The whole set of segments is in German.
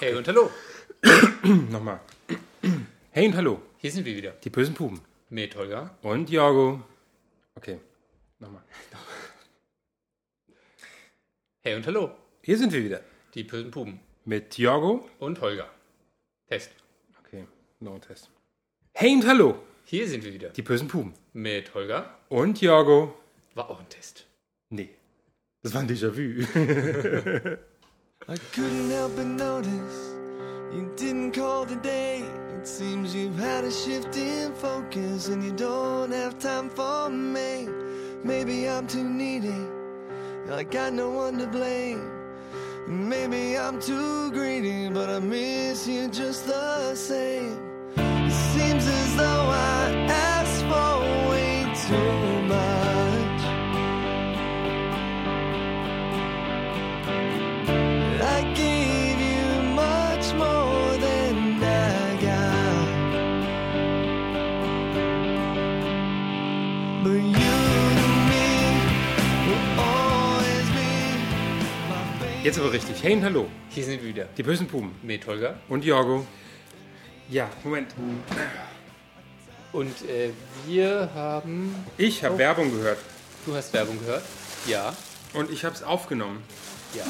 Hey und hallo, Nochmal. Hey und hallo, hier sind wir wieder die bösen Puben. mit Holger. Und Jorgo. Okay, nochmal. Hey und hallo, Hier sind wir wieder. die bösen Puben Mit Jorgo. und Holger. Test. Okay, noch ein Test. Hey und hallo, Hier sind wir wieder die bösen Puben. mit Holger. Und Jorgo. War auch ein Test. Nee. Das war ein Déjà-vu. I couldn't help but notice you didn't call today. It seems you've had a shift in focus and you don't have time for me. Maybe I'm too needy, I got no one to blame. Maybe I'm too greedy, but I miss you just the same. It seems as though I asked for way too much. I gave you much more than I got. But you and me will always be my favorite. Jetzt aber richtig. Hey und hallo, Hier sind wir wieder die bösen Puben. mit Holger. Und Jorgo. Ja, Moment. Und äh, wir haben. Ich habe Werbung gehört. Du hast Werbung gehört? Ja, Und ich habe es aufgenommen. ja.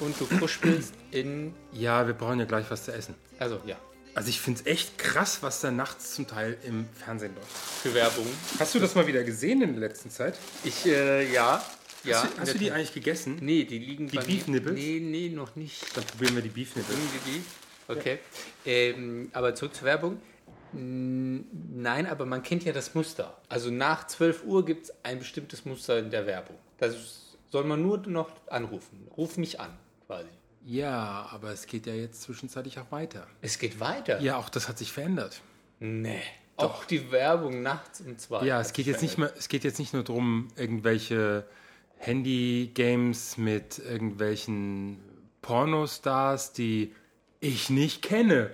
Und du kuschelst in. Ja, wir brauchen ja gleich was zu essen. Also, ja. Also ich finde es echt krass, was da nachts zum Teil im Fernsehen läuft. Für Werbung. Hast du das mal wieder gesehen in der letzten Zeit? Ich, äh, ja. Ja. hast, du, hast du die eigentlich gegessen? Nee, die liegen bei mir- Beef Nibbles? Nee, nee, noch nicht. Dann probieren wir die Beef Nibbles. Irgendwie die. Okay. Ähm, aber zurück zur Werbung. Mm, Nein, aber man kennt ja das Muster. Also nach 12 Uhr gibt es ein bestimmtes Muster in der Werbung. Das ist- soll man nur noch anrufen. Ruf mich an, quasi. Ja, aber es geht ja jetzt zwischenzeitlich auch weiter. Es geht weiter. Ja, auch das hat sich verändert. Nee. Auch die Werbung nachts um zwei. Ja, hat es sich geht jetzt nicht verändert. mehr, es geht jetzt nicht nur darum, irgendwelche Handy-Games mit irgendwelchen Pornostars, die ich nicht kenne,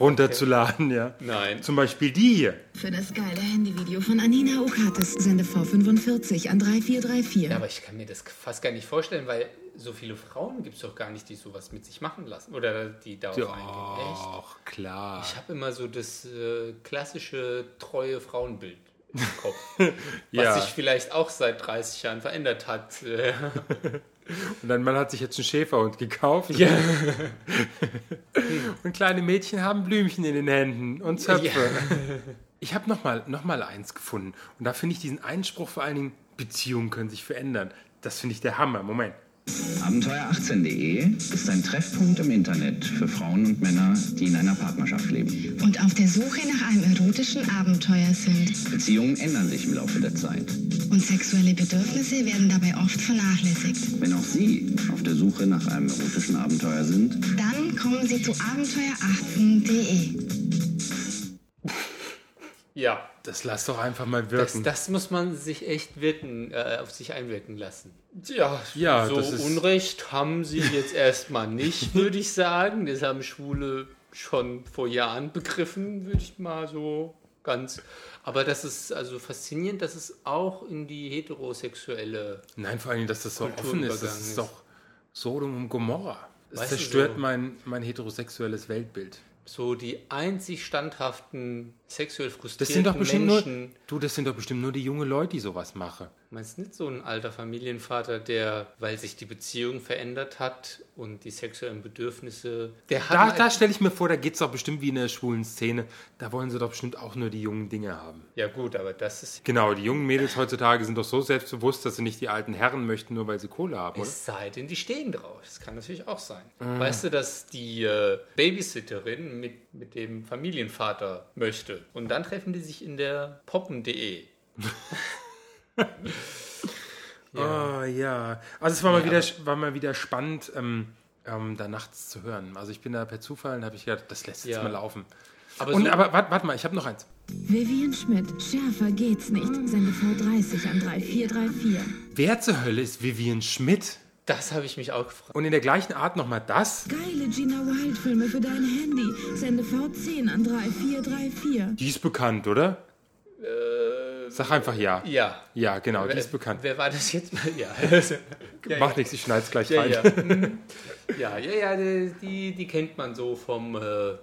runterzuladen, ja. Nein. Zum Beispiel die hier. Für das geile Handyvideo von Anina Okates sende V45 an 3434. Ja, aber ich kann mir das fast gar nicht vorstellen, weil so viele Frauen gibt es doch gar nicht, die sowas mit sich machen lassen. Oder die darauf eingehen. Echt? Doch, klar. Ich habe immer so das äh, klassische treue Frauenbild im Kopf, Ja. was sich vielleicht auch seit 30 Jahren verändert hat. Äh, Und dein Mann hat sich jetzt einen Schäferhund gekauft. Ja. und kleine Mädchen haben Blümchen in den Händen und Zöpfe. Ich habe nochmal noch mal eins gefunden. Und da finde ich diesen Einspruch vor allen Dingen, Beziehungen können sich verändern. Das finde ich der Hammer. Moment. Abenteuer18.de ist ein Treffpunkt im Internet für Frauen und Männer, die in einer Partnerschaft leben. Und auf der Suche nach einem erotischen Abenteuer sind. Beziehungen ändern sich im Laufe der Zeit. Und sexuelle Bedürfnisse werden dabei oft vernachlässigt. Wenn auch Sie auf der Suche nach einem erotischen Abenteuer sind, Dann kommen Sie zu abenteuer18.de. ja, Das lass doch einfach mal das, wirken. das muss man sich echt wirken, äh, auf sich einwirken lassen. Ja, Ja, so das ist- Unrecht haben sie jetzt erstmal nicht, würde ich sagen. Das haben Schwule schon vor Jahren begriffen, würde ich mal so ganz. Aber das ist also faszinierend, dass es auch in die heterosexuelle Nein, vor allen Dingen, dass das so offen ist. Das Kulturübergang ist ist. doch Sodom und Gomorra. Das Weißt du, zerstört so- mein, mein heterosexuelles Weltbild. so die einzig standhaften sexuell frustrierten Das sind doch bestimmt Menschen. nur, du, das sind doch bestimmt nur die jungen Leute, die sowas machen. Meinst du nicht so ein alter Familienvater, der, weil sich die Beziehung verändert hat und die sexuellen Bedürfnisse, der Da, hat da stelle ich mir vor, da geht es doch bestimmt wie in der schwulen Szene. Da wollen sie doch bestimmt auch nur die jungen Dinge haben. ja gut, aber das ist Genau, die jungen Mädels heutzutage sind doch so selbstbewusst, dass sie nicht die alten Herren möchten, nur weil sie Kohle haben, oder? Ah. es sei denn, die stehen drauf. Das kann natürlich auch sein. Weißt du, dass die äh, Babysitterin mit, mit dem Familienvater möchte und dann treffen die sich in der poppen.de. Ah, ja. Also es war, mal, wieder, war mal wieder spannend, ähm, ähm, da nachts zu hören. Also ich bin da per Zufall und habe ich gedacht, das lässt jetzt Ja. mal laufen. Aber Und so- aber warte wart mal, ich habe noch eins. Vivian Schmidt, schärfer geht's nicht. Sende V30 an 3434. Wer zur Hölle ist Vivian Schmidt? das habe ich mich auch gefragt. Und in der gleichen Art nochmal das? Geile Gina Wild-Filme für dein Handy. Sende V10 an 3434. Die ist bekannt, oder? Sag einfach ja. Äh, Ja. Ja, genau, die ist Wer- bekannt. Wer war das jetzt? Ja. ja, Macht nichts, ich schneide es gleich ja, rein. ja. Mhm. ja, ja, ja, die, die- die kennt man so vom, äh, äh,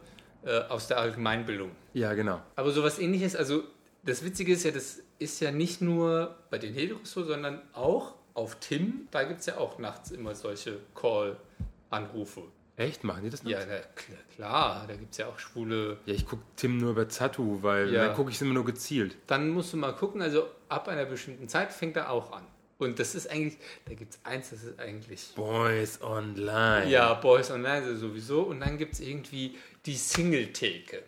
aus der Allgemeinbildung. ja, genau. Aber sowas ähnliches, also das Witzige ist ja, das ist ja nicht nur bei den Heteros so, sondern auch auf Tim, da gibt es ja auch nachts immer solche Call-Anrufe. Echt, machen die das noch? Ja, na, kl- klar, da gibt es ja auch schwule. Ja, ich gucke Tim nur über Zatu, weil Ja. dann gucke ich es immer nur gezielt. Dann musst du mal gucken, also ab einer bestimmten Zeit fängt er auch an. Und das ist eigentlich, da gibt es eins, das ist eigentlich Boys Online. Ja, Boys Online sowieso. Und dann gibt es irgendwie die Single-Theke.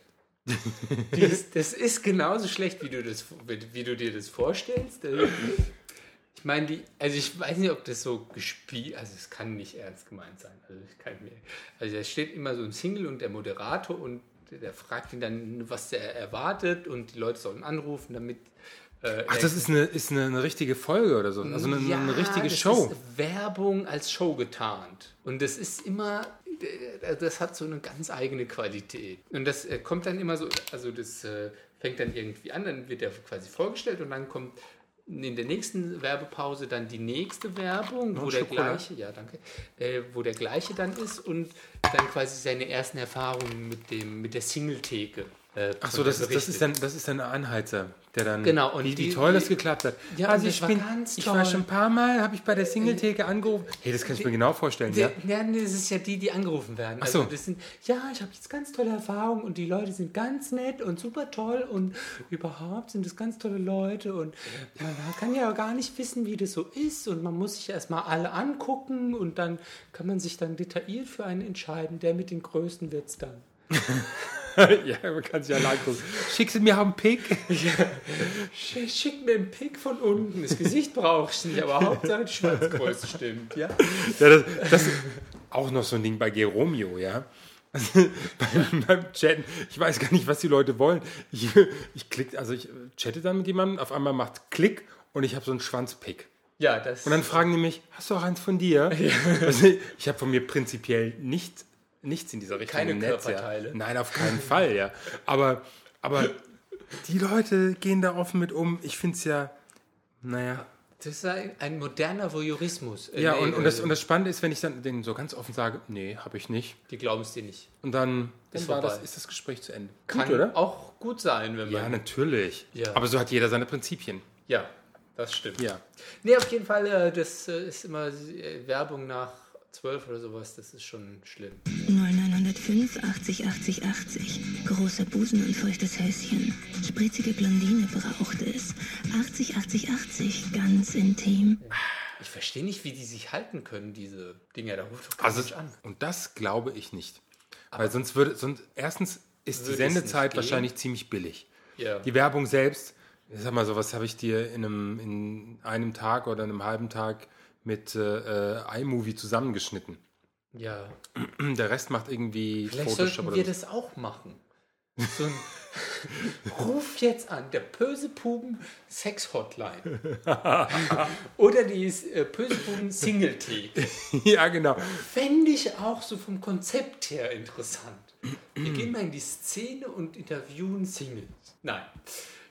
Die ist- das ist genauso schlecht, wie du, das, wie du dir das vorstellst. Äh, Ich meine, die, also ich weiß nicht, ob das so gespielt, also es kann nicht ernst gemeint sein. Also ich kann mir, also da steht immer so ein Single und der Moderator und der fragt ihn dann, was er erwartet und die Leute sollen anrufen, damit. äh, Ach, er- das ist eine, ist eine, eine richtige Folge oder so. Also eine, ja, eine richtige das Show. Ist Werbung als Show getarnt. Und das ist immer, äh, das hat so eine ganz eigene Qualität. Und das äh, kommt dann immer so, also das äh, fängt dann irgendwie an, dann wird der quasi vorgestellt und dann kommt in der nächsten Werbepause dann die nächste Werbung, wo der Oh, Schokolade. gleiche, ja danke, äh, wo der gleiche dann ist und dann quasi seine ersten Erfahrungen mit dem mit der Singletheke. Äh, Ach so, das ist, das, ist dann, das ist dann ein Anheizer, der dann. Genau, und wie, wie die- toll das die- geklappt hat. Ja, also und ich das war bin, ganz ich war toll. Äh, schon ein paar Mal, habe ich bei der Singletheke angerufen. Hey, das kann ich mir genau vorstellen, ja? Ja. Ja, nee, das ist ja die, die angerufen werden. Ach so. Also das sind, ja, ich habe jetzt ganz tolle Erfahrungen und die Leute sind ganz nett und super toll und überhaupt sind das ganz tolle Leute und man kann ja gar nicht wissen, wie das so ist und man muss sich erstmal alle angucken und dann kann man sich dann detailliert für einen entscheiden. Der mit den Größten wird es dann. ja, man kann sich ja angucken. Schickst du mir auch einen Pick? Sch- Schick mir einen Pick von unten. Das Gesicht brauche ich nicht, aber Hauptsache die Schwanzgröße stimmt. Ja? Ja, das, das ist auch noch so ein Ding bei Geromeo, ja. Also, beim, beim Chatten, ich weiß gar nicht, was die Leute wollen. Ich, ich klick, also ich chatte dann mit jemandem, auf einmal macht Klick und ich habe so einen Schwanzpick. Ja, das. Und dann fragen die mich, hast du auch eins von dir? Also, ich habe von mir prinzipiell nicht, nichts in dieser Richtung. Keine im Netz, Körperteile. Ja. Nein, auf keinen Fall, ja. Aber, aber die Leute gehen da offen mit um. Ich finde es ja, naja. das ist ein, ein moderner Voyeurismus. Äh, Ja, nee, und, und, das, äh, und das Spannende ist, wenn ich dann denen so ganz offen sage, nee, habe ich nicht. die glauben es dir nicht. Und dann, Ist dann war vorbei. das, ist das Gespräch zu Ende. Kann auch gut sein, wenn Ja, ne. man. natürlich. Ja. Aber so hat jeder seine Prinzipien. Ja, das stimmt. Ja. Nee, auf jeden Fall, äh, das äh, ist immer äh, Werbung nach 12 oder sowas, das ist schon schlimm. 0905 80 80 80. Großer Busen und feuchtes Häschen. Spritzige Blondine brauchte es. 80 80 80. Ganz intim. Ich verstehe nicht, wie die sich halten können, diese Dinger. Da ruft doch kein Also, Mensch an. und das glaube ich nicht. Weil sonst würde, sonst, erstens ist Würde die es nicht Sendezeit gehen? wahrscheinlich ziemlich billig. Ja. Die Werbung selbst, ich sag mal so, was habe ich dir in einem, in einem Tag oder einem halben Tag mit äh, äh, iMovie zusammengeschnitten? ja. Der Rest macht irgendwie Vielleicht Photoshop sollten oder wir so. das auch machen. So ein Ruf jetzt an, der Böse Puben Sex Hotline. Oder die äh, Böse Puben Single Tea. Ja, genau. Fände ich auch so vom Konzept her interessant. Wir gehen mal in die Szene und interviewen Singles. Nein,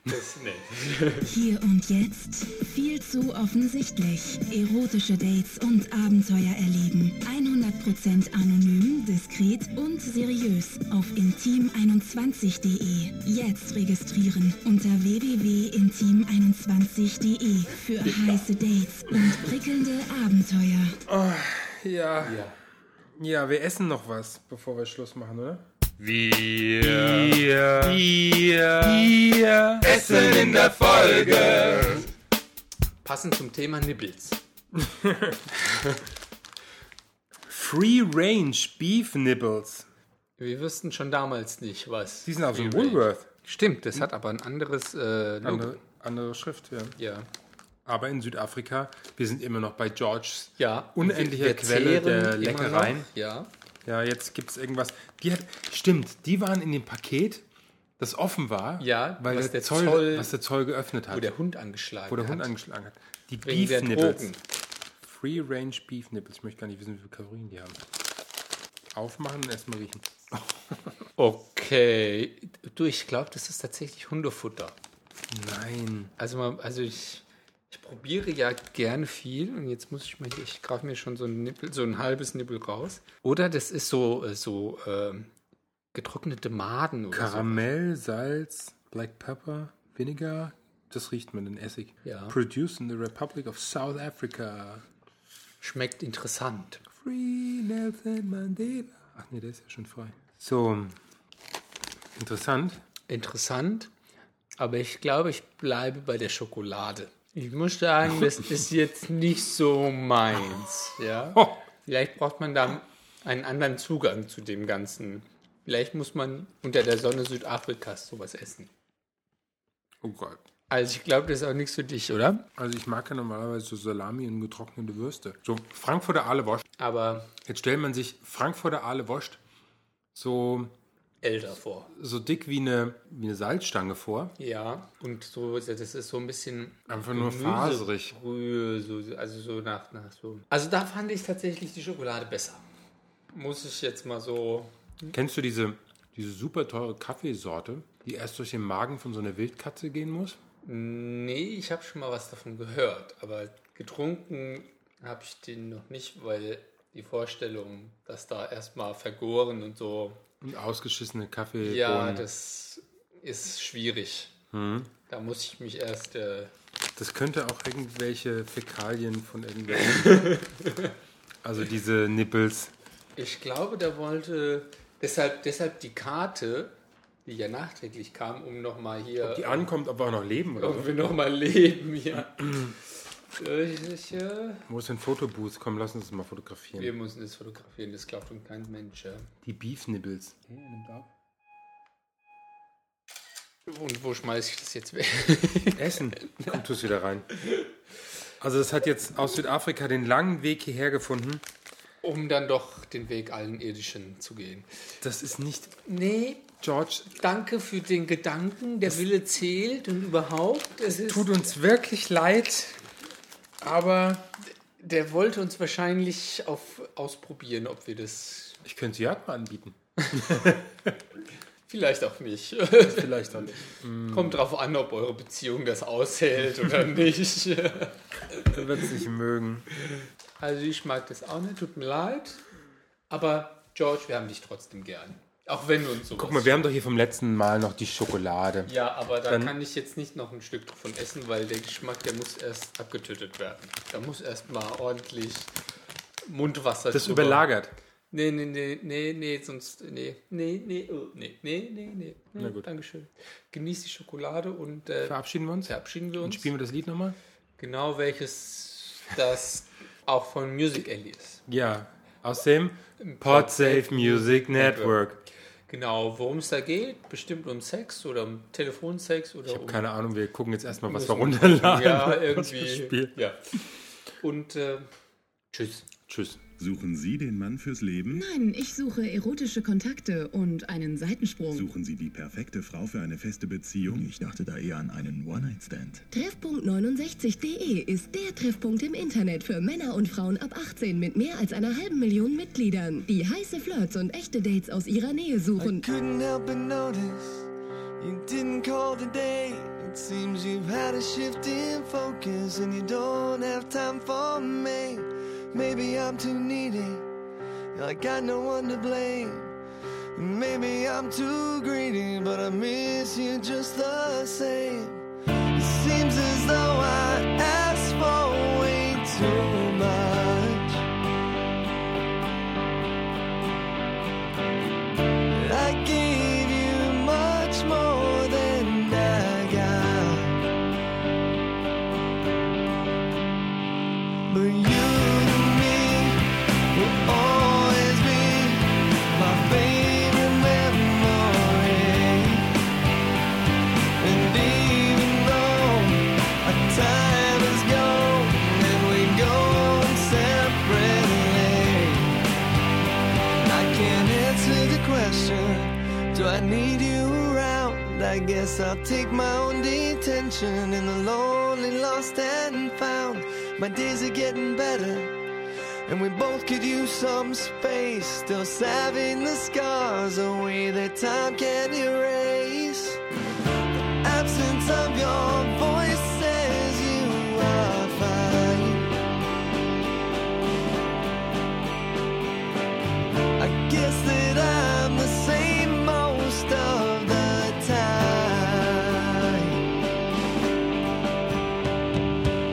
das nicht. Hier und jetzt viel zu offensichtlich. Erotische Dates und Abenteuer erleben. 100% anonym, diskret und seriös auf intim21.de. Jetzt registrieren unter www.intim21.de für heiße Dates und prickelnde Abenteuer. Ja. Ja. Ja, wir essen noch was, bevor wir Schluss machen, oder? Passend zum Thema Nibbles. Free Range Beef Nibbles. Wir wüssten schon damals nicht, was. Die sind aus dem Free Range- Woolworth. Stimmt, das hat aber ein anderes äh, Logo. Hm? Andere, andere Schrift, ja. Ja. Aber in Südafrika, wir sind immer noch bei Georges ja. unendlicher Wir Quelle zehren der immer Leckereien. noch. Ja. Ja, jetzt gibt es irgendwas. Die hat, stimmt, die waren in dem Paket, das offen war, Ja, weil was der, der Zoll, Zoll- was der Zoll geöffnet hat, Wo der Hund angeschlagen wo der Hund hat. angeschlagen hat. Die Wegen der Beef Nibbles. Drogen. Free Range Beef Nibbles. Ich möchte gar nicht wissen, wie viele Kalorien die haben. Aufmachen und erstmal riechen. Okay. Du, ich glaube, das ist tatsächlich Hundefutter. Nein. Also, mal, also ich, ich probiere ja gerne viel und jetzt muss ich mir, hier- ich greife mir schon so ein, Nippel, so ein halbes Nippel raus. Oder das ist so, äh, so ähm, getrocknete Maden oder Karamell, Salz, Black Pepper, Vinegar. Das riecht man in Essig. Ja. Produced in the Republic of South Africa. so. Schmeckt interessant. Free Nelson Mandela. Ach nee, der ist ja schon frei. So. Interessant. Interessant, aber ich glaube, ich bleibe bei der Schokolade. Ich muss sagen, das ist jetzt nicht so meins. Ja? Oh, Vielleicht braucht man da einen anderen Zugang zu dem Ganzen. Vielleicht muss man unter der Sonne Südafrikas sowas essen. Oh Gott. Also ich glaube, das ist auch nichts für dich, oder? Also ich mag ja normalerweise so Salami und getrocknete Würste. So Frankfurter Aale wascht. Aber Jetzt stellt man sich Frankfurter Aale wascht so, älter vor. so dick wie eine, wie eine Salzstange vor. Ja, und so, das ist so ein bisschen Einfach nur Gemüse- faserig. Brühe, so, also so nach, nach so. Also da fand ich tatsächlich die Schokolade besser. Muss ich jetzt mal so Kennst du diese, diese super teure Kaffeesorte, die erst durch den Magen von so einer Wildkatze gehen muss? Nee, ich habe schon mal was davon gehört, aber getrunken habe ich den noch nicht, weil die Vorstellung, dass da erstmal vergoren und so, Und ausgeschissene Kaffee. ja, das ist schwierig. Hm. Da muss ich mich erst. Äh, Das könnte auch irgendwelche Fäkalien von irgendwelchen. also diese Nippels. ich glaube, da wollte deshalb, deshalb die Karte, die ja nachträglich kam, um nochmal hier, Die ankommt, ob wir auch noch leben oder um wir nochmal leben hier. Ich, ich, äh, Wo ist denn Fotobooth? Komm, lass uns das mal fotografieren. wir müssen das fotografieren, das glaubt uns kein Mensch. Ja. Die Beef-Nippels. Und wo schmeiße ich das jetzt weg? Essen. Komm, tu es wieder rein. Also es hat jetzt aus Südafrika den langen Weg hierher gefunden. um dann doch den Weg allen Irdischen zu gehen. Das ist nicht Nee, George. danke für den Gedanken, der Wille zählt und überhaupt. Es ist, Tut uns wirklich leid, aber der wollte uns wahrscheinlich auf, ausprobieren, ob wir das ich könnte sie halt mal anbieten. vielleicht auch nicht. Mm. Vielleicht dann. Kommt drauf an, ob eure Beziehung das aushält oder nicht. Er wird es nicht mögen. Also ich mag das auch nicht, tut mir leid. Aber George, wir haben dich trotzdem gern. Auch wenn du uns so. Guck mal, wir haben doch hier vom letzten Mal noch die Schokolade. ja, aber da Dann- kann ich jetzt nicht noch ein Stück davon essen, weil der Geschmack, der muss erst abgetötet werden. Da muss erst mal ordentlich Mundwasser Das ist drüber. überlagert. Nee, nee, nee, nee, nee, sonst, nee, nee, nee, oh, nee, nee, nee, nee. Na gut. Dankeschön. Genieß die Schokolade und äh, Verabschieden wir uns. verabschieden wir Dann uns. spielen wir das Lied nochmal. Genau welches das auch von Music Alley ist. Ja. Aus dem PodSafe Music Network. Genau, worum es da geht, bestimmt um Sex oder um Telefonsex oder um... Keine Ahnung, wir gucken jetzt erstmal, was wir Müssen- runterladen. Ja, Das irgendwie. Spiel. Ja. Und äh, tschüss. Tschüss. Suchen Sie den Mann fürs Leben? Nein, ich suche erotische Kontakte und einen Seitensprung. Suchen Sie die perfekte Frau für eine feste Beziehung? Ich dachte da eher an einen One-Night-Stand. Treffpunkt69.de E ist der Treffpunkt im Internet für Männer und Frauen ab 18 mit mehr als einer halben Million Mitgliedern, die heiße Flirts und echte Dates aus ihrer Nähe I suchen. couldn't help but notice you didn't call today. It seems you've had a shift in focus and you don't have time for me. Maybe I'm too needy. I got no one to blame. Maybe I'm too greedy, but I miss you just the same. It seems as though I asked for way too much. I gave you much more than I got. But you and me will always be my favorite memory. And even though our time is gone and we go separately. I can't answer the question. Do I need you around? I guess I'll take my own detention in the lonely, lost and found. My days are getting better, and we both could use some space. Still salving the scars away that time can erase. I absence of your voice says you are fine. I guess that I'm the same most of the time.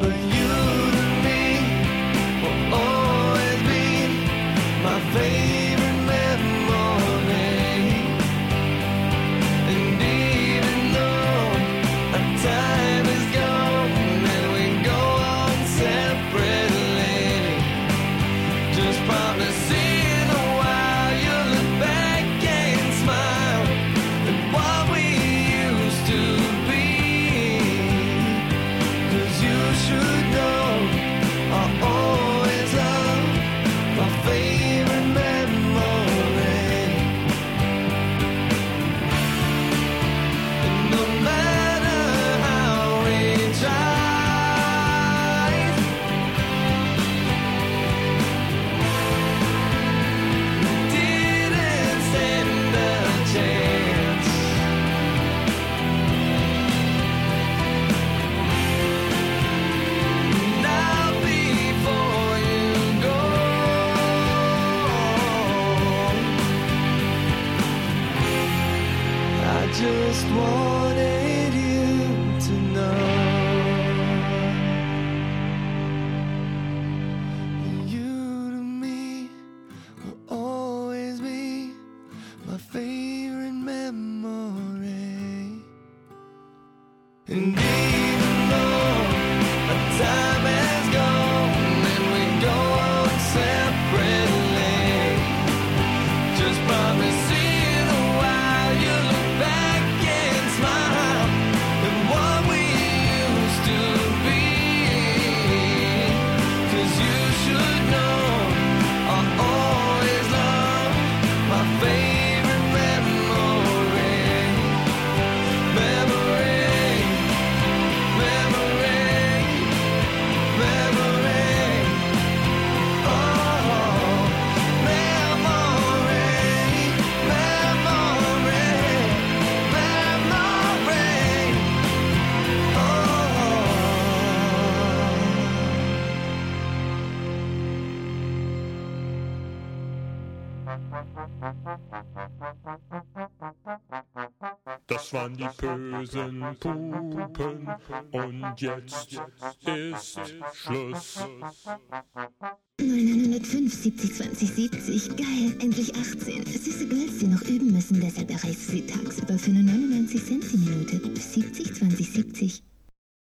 But you to me will always be my favorite memory. And even though our time is gone and we go on separately, just promise in a while you'll look back and smile at what we used to be. 'Cause you should know I always love my favorite memory. No matter how we try, we didn't stand a chance. Now before you go, I just wanted you to know you to me will always be my favorite memory. And even though our time has gone and we go on separately. Just promise in a while you look back and smile at what we used to be. 'Cause you should know I'll always love my favorite memory, memory, memory, memory. Oh. Memory, memory, memory. Oh. Das waren die bösen Pupen und jetzt ist Schluss. 905, 70, 20, 70. Geil, endlich 18. Süße Girls, die noch üben müssen, deshalb erreichst du sie tagsüber für nur 99 Cent die Minute. 70, 20, 70.